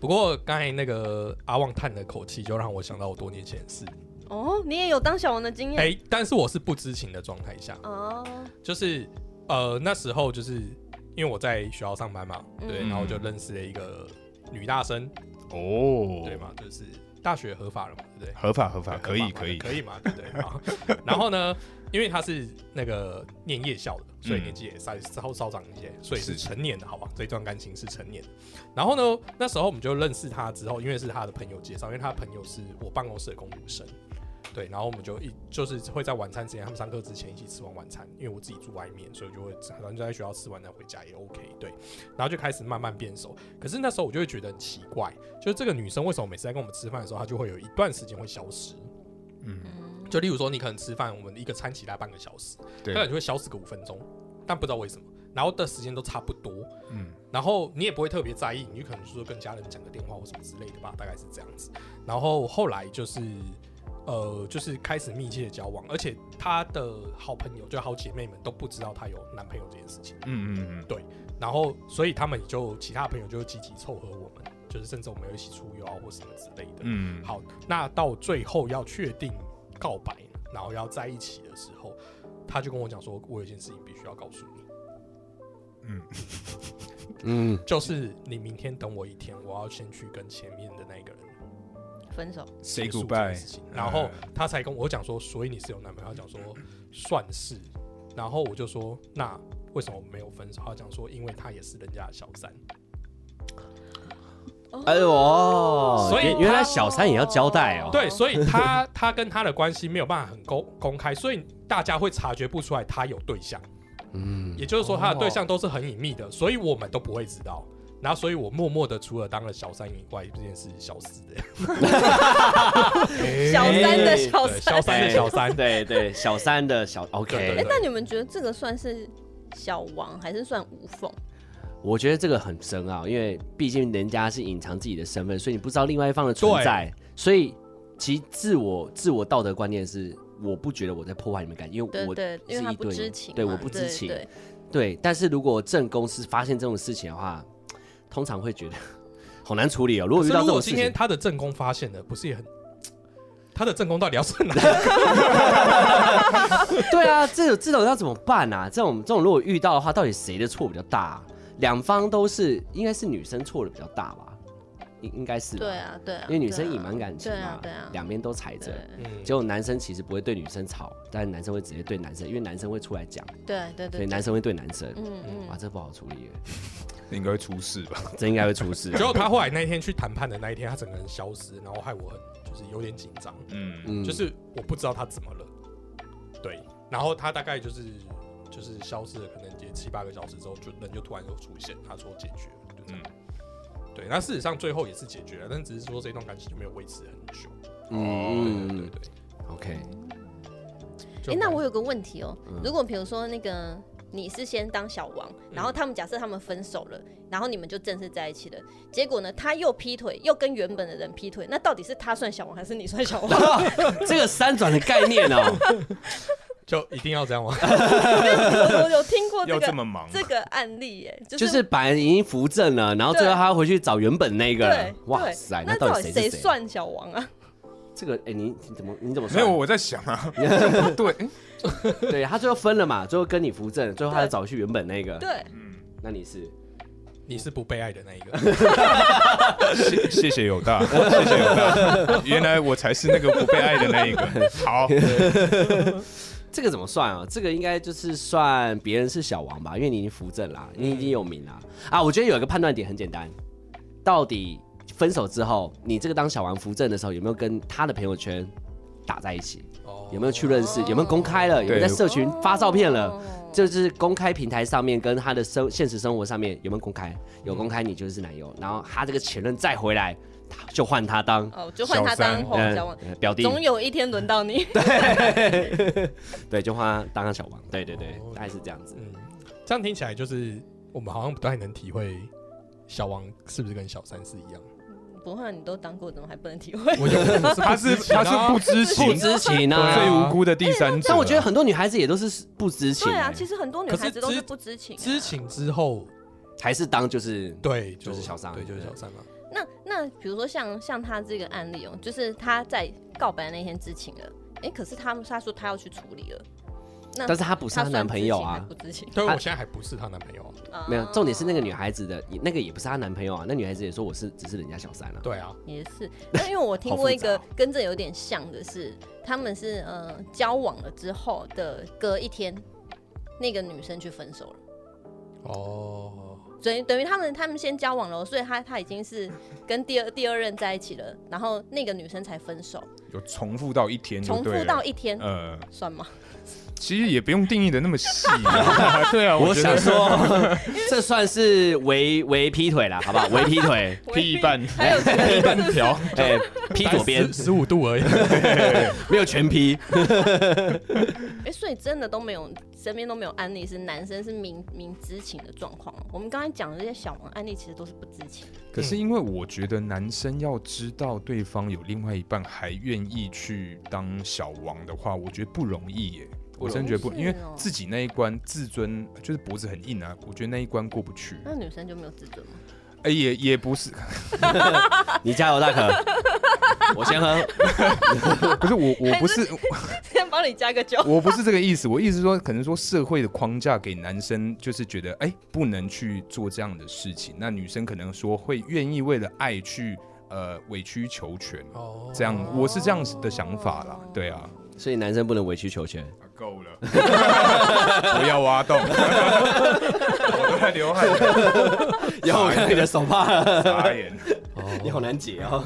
Speaker 3: 不过刚才那个阿旺叹的口气，就让我想到我多年前的事。
Speaker 2: 哦，你也有当小王的经验、
Speaker 3: 哎、但是我是不知情的状态下，
Speaker 2: 哦，
Speaker 3: 就是呃那时候就是因为我在学校上班嘛，对，
Speaker 5: 嗯
Speaker 3: 然后就认识了一个女大生，
Speaker 5: 哦，
Speaker 3: 对？嘛，就是大学合法了嘛，对不对？
Speaker 5: 合法合法，
Speaker 3: 对
Speaker 5: 可以
Speaker 3: 合法嘛
Speaker 5: 可以，
Speaker 3: 可以嘛，对不对？好，然后呢，因为他是那个念夜校的，所以年纪也稍稍稍长一些，所以是
Speaker 5: 是
Speaker 3: 成年的，好吧？这一段感情是成年的。然后呢，那时候我们就认识他之后，因为是他的朋友介绍，因为他的朋友是我办公室的工读生。对，然后我们就一就是会在晚餐时间，他们上课之前一起吃完晚餐，因为我自己住外面，所以就会常常就在学校吃完再回家也 OK。对，然后就开始慢慢变熟。可是那时候我就会觉得很奇怪，就是这个女生为什么每次在跟我们吃饭的时候，她就会有一段时间会消失？
Speaker 2: 嗯
Speaker 3: 就例如说，你可能吃饭，我们一个餐起来半个小时，
Speaker 5: 对
Speaker 3: 可能就会消失个五分钟，但不知道为什么，然后的时间都差不多，
Speaker 5: 嗯，
Speaker 3: 然后你也不会特别在意，你就可能就是跟家人讲个电话或什么之类的吧，大概是这样子。然后后来就是，呃，就是开始密切的交往，而且她的好朋友，就好姐妹们都不知道她有男朋友这件事情。
Speaker 5: 嗯嗯嗯
Speaker 3: 然后所以他们就其他朋友就积极凑合我们，就是甚至我们有一起出游啊或什么之类的。
Speaker 5: 嗯，
Speaker 3: 好，那到最后要确定告白，然后要在一起的时候，他就跟我讲说，我有一件事情必须要告诉你，
Speaker 4: 嗯，
Speaker 3: 就是你明天等我一天，我要先去跟前面的那个人
Speaker 2: 分手，
Speaker 5: ，say
Speaker 3: 结束这件
Speaker 5: goodbye，嗯
Speaker 3: 事情，然后他才跟我讲说，所以你是有男朋友，他讲说算是，然后我就说那为什么没有分手？他讲说因为他也是人家的小三，
Speaker 4: 哎呦，
Speaker 3: 所以
Speaker 4: 原原来小三也要交代哦。
Speaker 3: 对，所以他他跟他的关系没有办法很公公开，所以大家会察觉不出来他有对象。
Speaker 4: 嗯，
Speaker 3: 也就是说他的
Speaker 2: 哦
Speaker 3: 对象都是很隐秘的，所以我们都不会知道。然后，所以我默默的除了当了小三以外，这件事消失的，
Speaker 4: [laughs]
Speaker 2: 小三
Speaker 4: 哎
Speaker 2: 的小
Speaker 3: 哎对，消
Speaker 2: 三。
Speaker 3: 三的小三，
Speaker 4: 对对，小三的小 OK，
Speaker 3: 对
Speaker 2: 哎、那你们觉得这个算是小王还是算无缝？
Speaker 4: 我觉得这个很深奥，因为毕竟人家是隐藏自己的身份，所以你不知道另外一方的存在，所以其自我自我道德观念是，我不觉得我在破坏你们感情，因为
Speaker 2: 对
Speaker 4: 我
Speaker 2: 对，因为
Speaker 4: 是
Speaker 2: 他
Speaker 4: 一
Speaker 2: 不
Speaker 4: 对
Speaker 2: 知情嘛，
Speaker 4: 对我不知情
Speaker 2: 对，
Speaker 4: 对。但是如果正公司发现这种事情的话，通常会觉得 [laughs] 好难处理哦。如
Speaker 3: 可
Speaker 4: 果遇
Speaker 3: 是
Speaker 4: 到
Speaker 3: 如
Speaker 4: 这
Speaker 3: 果
Speaker 4: 种事
Speaker 3: 今
Speaker 4: 情
Speaker 3: 天，他的正宫发现了，不是也很？他的正宫到底要是哪？
Speaker 4: 对啊，这种这种要怎么办啊？这种这种如果遇到的话，到底谁的错比较大啊、两方都是，应该是女生错的比较大吧？应应该是吧
Speaker 2: 对，啊对啊，
Speaker 4: 因为女
Speaker 2: 对
Speaker 4: 生
Speaker 2: 啊
Speaker 4: 隐瞒感情
Speaker 2: 对
Speaker 4: 嘛
Speaker 2: 啊，对啊，
Speaker 4: 两边都踩着
Speaker 2: 对。
Speaker 3: 嗯，
Speaker 4: 结果男生其实不会对女生吵，但男生会直接对男生，因为男生会出来讲，
Speaker 2: 对对
Speaker 4: 所以
Speaker 2: 对，
Speaker 4: 男生会对男生。
Speaker 2: 嗯
Speaker 4: 哇，
Speaker 2: 嗯，
Speaker 4: 这不好处理耶，
Speaker 5: 应该会出事吧？
Speaker 4: 这应该会出事。
Speaker 3: [laughs] 结果他后来那一天去谈判的那一天，他整个人消失，然后害我很就是有点紧张，
Speaker 5: 嗯，
Speaker 4: 嗯
Speaker 3: 就是我不知道他怎么了，对，然后他大概就是就是消失了，可能也七八个小时之后，就人就突然又出现，他说解决了，就这样。对，那事实上最后也是解决了，但只是说这段感情就没有维持很久。
Speaker 4: 嗯
Speaker 3: 哦对
Speaker 4: 嗯
Speaker 3: 对对
Speaker 4: ，OK，
Speaker 3: 对。
Speaker 2: 哎、那
Speaker 3: 有
Speaker 2: 我有个问题哦、如果比如说那个你是先当小王，然后他们假设他们分手了，然后你们就正式在一起了，结果呢他又劈腿，又跟原本的人劈腿，那到底是他算小王还是你算小王？ [laughs]
Speaker 4: [laughs] 这个三转的概念哦，
Speaker 3: 就一定要这样吗？ [laughs]
Speaker 2: 我有听过
Speaker 5: 要
Speaker 2: 这
Speaker 5: 这
Speaker 2: 个
Speaker 5: 么忙，啊
Speaker 2: 这个案例耶、 [laughs] 就
Speaker 4: 就是本来已经扶正了，然后最后他回去找原本那个
Speaker 2: 对
Speaker 4: 了，，哇
Speaker 2: 对
Speaker 4: 塞，
Speaker 2: 那
Speaker 4: 到
Speaker 2: 到
Speaker 4: 底
Speaker 2: 底
Speaker 4: 谁是谁？
Speaker 2: 算小王啊？
Speaker 4: 这个，哎，你你怎么你怎么
Speaker 5: 没
Speaker 4: 算？
Speaker 5: 有，我在想 [laughs] 啊，这样不对，诶
Speaker 4: 对他最后分了嘛，最后跟你扶正，最后他
Speaker 2: 对
Speaker 4: 就找去原本那个，
Speaker 2: 对，
Speaker 4: 那你是
Speaker 3: 你是不被爱的那一
Speaker 4: [laughs]
Speaker 3: 个，
Speaker 5: 谢谢谢有大， [laughs] 谢谢有大， [laughs] 原来我才是那个不被爱的那一个。好，
Speaker 4: 这个怎么算啊？这个应该就是算别人是小王吧，因为你已经扶正啦，
Speaker 2: 嗯
Speaker 4: 你已经有名啦。啊，我觉得有一个判断点很简单，到底分手之后，你这个当小王扶正的时候，有没有跟他的朋友圈打在一起？
Speaker 3: 哦
Speaker 4: 有没有去认识？有没有公开了？有没有在社群发照片了？
Speaker 2: 哦
Speaker 4: 就是公开平台上面跟他的生现实生活上面有没有公开？有公
Speaker 2: 嗯
Speaker 4: 开，你就是男友。然后他这个前任再回来，他就换他当
Speaker 2: 哦，就换他当
Speaker 5: 小
Speaker 2: 红
Speaker 4: 呃
Speaker 2: 小王，
Speaker 4: 呃表弟，
Speaker 2: 总有一天轮到你。
Speaker 4: [laughs] 对，就换他当他小王。对对对
Speaker 3: 哦，
Speaker 4: 大概是这样子。
Speaker 3: 嗯，这样听起来就是我们好像不太能体会小王是不是跟小三是一样。
Speaker 2: 不会，啊你都当过，怎么还不能体会？
Speaker 3: 我有，我是
Speaker 5: 他是他是不知
Speaker 4: 不
Speaker 5: 情，
Speaker 4: 知情
Speaker 3: 对啊
Speaker 5: 最
Speaker 4: 啊。
Speaker 5: 无辜的第三者。
Speaker 4: 但我觉得很多女孩子也都是不知情、
Speaker 2: 对啊，
Speaker 4: 欸
Speaker 2: 其实很多女
Speaker 3: 可是
Speaker 2: 孩子都
Speaker 3: 知
Speaker 2: 是不知情啊、
Speaker 3: 知情之后，
Speaker 4: 还是当就是
Speaker 2: 嗯
Speaker 3: 对，就
Speaker 4: 就是小三
Speaker 3: 对，就是小三嘛。
Speaker 2: 那那比如说像像他这个案例哦，就是他在告白那天知情了，哎、可是他们他说他要去处理了，那
Speaker 4: 但是她不是
Speaker 2: 他
Speaker 4: 她
Speaker 2: 算
Speaker 4: 男朋友啊
Speaker 2: 知情还不知情，
Speaker 3: 对，我
Speaker 4: 啊
Speaker 3: 现在还不是她男朋友啊。
Speaker 2: 啊
Speaker 4: 没有，重点是那个女孩子的，那个也不是她男朋友啊，那女孩子也说我是只是人家小三啊。
Speaker 3: 对啊，
Speaker 2: 也是，那因为我听
Speaker 4: 好复
Speaker 2: 过一个
Speaker 4: 杂哦
Speaker 2: 跟这有点像的是，他们是呃交往了之后的隔一天，那个女生去分手了，
Speaker 3: 哦，
Speaker 2: 所以等于他们他们先交往了，哦所以他他已经是跟第二第二任在一起了，然后那个女生才分手，
Speaker 5: 有重复到一天就
Speaker 2: 重
Speaker 5: 嗯对
Speaker 2: 复
Speaker 5: 了，
Speaker 2: 到一天、
Speaker 5: 呃，
Speaker 2: 算吗？
Speaker 5: 其实也不用定义的那么细 [laughs] 啊，对啊，
Speaker 4: 我
Speaker 5: 觉得
Speaker 4: 想
Speaker 2: [laughs]
Speaker 4: 说，这算是为为劈腿啦，好不好？为劈腿，
Speaker 5: 劈一半，
Speaker 2: [laughs] 还有
Speaker 5: 劈半条，
Speaker 4: 哎，劈左边
Speaker 3: 十五度而已。
Speaker 4: 没有全劈，
Speaker 2: 哎、所以真的都没有，身边都没有案例是男生是明明知情的状况。我们刚才讲的这些小王案例，其实都是不知情。
Speaker 5: 可是因为我觉得男生要知道对方有另外一半还愿意去当小王的话，我觉得不容易耶。我真的觉得不，
Speaker 2: 是
Speaker 5: 因为
Speaker 2: 哦
Speaker 5: 自己那一关自尊就是脖子很硬啊，我觉得那一关过不去。
Speaker 2: 那女生就没有自尊吗？ [laughs]
Speaker 5: 哎，也也不是，
Speaker 4: 你加油，大可。我先喝，
Speaker 5: 可是我我不是
Speaker 2: 先帮你加个酒。
Speaker 5: 我不是这个意思，我意思是说，可能说社会的框架给男生就是觉得，哎、不能去做这样的事情。那女生可能说会愿意为了爱去呃委曲求全，
Speaker 3: [laughs] 哦，
Speaker 5: 这样我是这样的想法啦。对啊，
Speaker 4: 所以男生不能委曲求 [laughs] 全。
Speaker 5: 够了， [laughs] 不要挖洞，我都在流汗，
Speaker 4: 然后我看到你的手帕了。
Speaker 5: 傻眼。
Speaker 4: 你好难解 [laughs] 哦。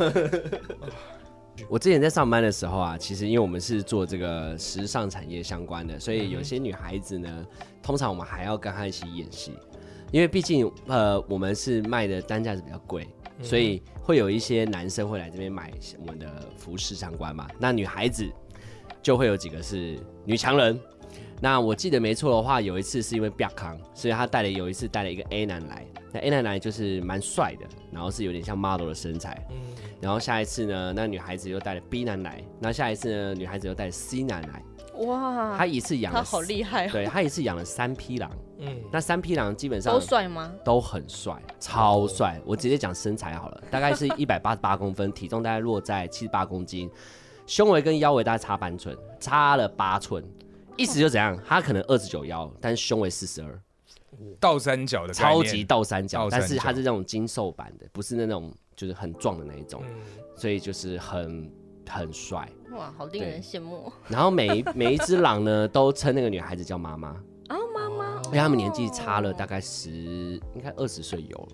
Speaker 4: 我之前在上班的时候啊，其实因为我们是做这个时尚产业相关的，所以有些女孩子呢，通常我们还要跟她一起演戏，因为毕竟呃，我们是卖的单价是比较贵，所以会有一些男生会来这边买我们的服饰相关嘛。那女孩子就会有几个是女强人。那我记得没错的话，有一次是因为比亚康，所以他带了有一次带了一个 A 男来，那 A 男来就是蛮帅的，然后是有点像 model 的身材。
Speaker 3: 嗯
Speaker 4: 然后下一次呢，那女孩子又带了 B 男来，那下一次呢，女孩子又带了 C 男来，
Speaker 2: 哇，
Speaker 4: 他一次养
Speaker 2: 嗯他
Speaker 4: 了，
Speaker 2: 好厉害哦！
Speaker 4: 对他一次养了三匹狼，
Speaker 3: 嗯，
Speaker 4: 那三匹狼基本上
Speaker 2: 都帅吗？
Speaker 4: 都很帅，
Speaker 5: 哦
Speaker 4: 超帅。我直接讲身材好
Speaker 5: [laughs]
Speaker 4: 了，大概是一百八十八公分，体重大概落在七十八公斤，胸围跟腰围大概差半寸，差了八寸。意思就怎
Speaker 5: 哦
Speaker 4: 样？他可能二十九腰，但是胸围四十二，
Speaker 5: 倒三角的概念
Speaker 4: 超级倒三角，
Speaker 5: 倒三角
Speaker 4: 但是他是那种精瘦版的，不是那种就是很壮的那一
Speaker 5: 嗯
Speaker 4: 种，
Speaker 3: 嗯
Speaker 4: 所以就是很很帅。
Speaker 2: 哇，好令
Speaker 4: 对
Speaker 2: 人羡慕哦
Speaker 4: 然后每一 [laughs] 每一只狼呢，都称那个女孩子叫妈妈，
Speaker 2: 啊！妈妈，
Speaker 4: 因为他们年纪差了大概十，应该二十岁有了。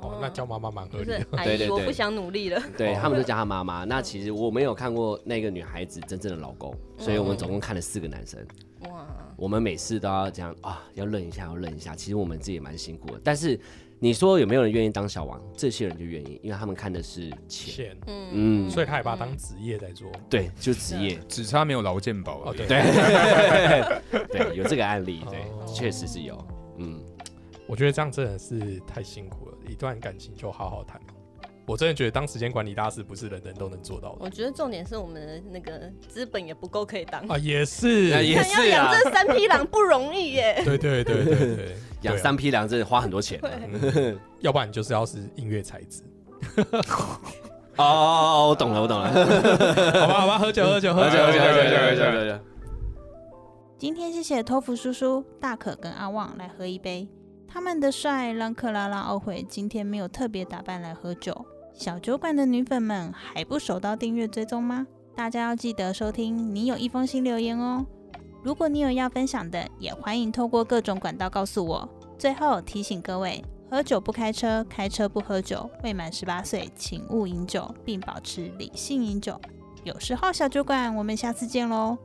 Speaker 3: 哦，那叫妈妈蛮合
Speaker 2: 就
Speaker 3: 理
Speaker 2: 是
Speaker 3: 的。
Speaker 4: [laughs]
Speaker 2: 阿
Speaker 4: 对
Speaker 2: 姨，
Speaker 4: 对
Speaker 2: 我
Speaker 4: 对
Speaker 2: 不想努力了。
Speaker 4: 对
Speaker 3: 哦
Speaker 4: 他们都叫她妈妈。那其实我没有看过那个女孩子真正的老公，所以我们总共看了四个男生。
Speaker 2: 哇，
Speaker 4: 我们每次都要这样啊，要认一下，要认一下。其实我们自己也蛮辛苦的，但是你说有没有人愿意当小王？这些人就愿意，因为他们看的是钱，
Speaker 3: 钱，
Speaker 4: 嗯，
Speaker 3: 所以他也把它当职业在做。
Speaker 4: 对，就职业。
Speaker 5: 只差没有劳健保
Speaker 3: 哦，
Speaker 5: 而已。
Speaker 3: 对，
Speaker 4: [laughs] 对，有这个案例，对
Speaker 3: 哦，
Speaker 4: 确实是有，嗯，
Speaker 3: 我觉得这样真的是太辛苦了，一段感情就好好谈。我真的觉得当时间管理大师不是人人都能做到的
Speaker 2: 我觉得重点是我们的那个资本也不够可以当。
Speaker 3: 啊，也是，
Speaker 4: 那哦也
Speaker 2: [laughs] 要
Speaker 4: 是
Speaker 2: 养
Speaker 4: 啊，
Speaker 2: 这三匹狼不容易耶。
Speaker 3: 对对对对对对，
Speaker 4: 养三匹狼真的花很多钱啊。
Speaker 3: 要不然你就是要是音乐才子，
Speaker 4: 哦哦哦，我懂了，我 [laughs] 懂了，
Speaker 3: 好吧好吧，喝酒喝酒喝酒
Speaker 5: 喝酒喝酒
Speaker 4: 喝酒。
Speaker 1: 今天谢谢托福叔叔、大可跟阿旺来喝一杯。他们的帅让克拉拉懊悔今天没有特别打扮来喝酒。小酒馆的女粉们还不手到订阅追踪吗？大家要记得收听，你有一封新留言哦。如果你有要分享的，也欢迎透过各种管道告诉我。最后提醒各位，喝酒不开车，开车不喝酒。未满十八岁，请勿饮酒，并保持理性饮酒。有时候小酒馆，我们下次见喽，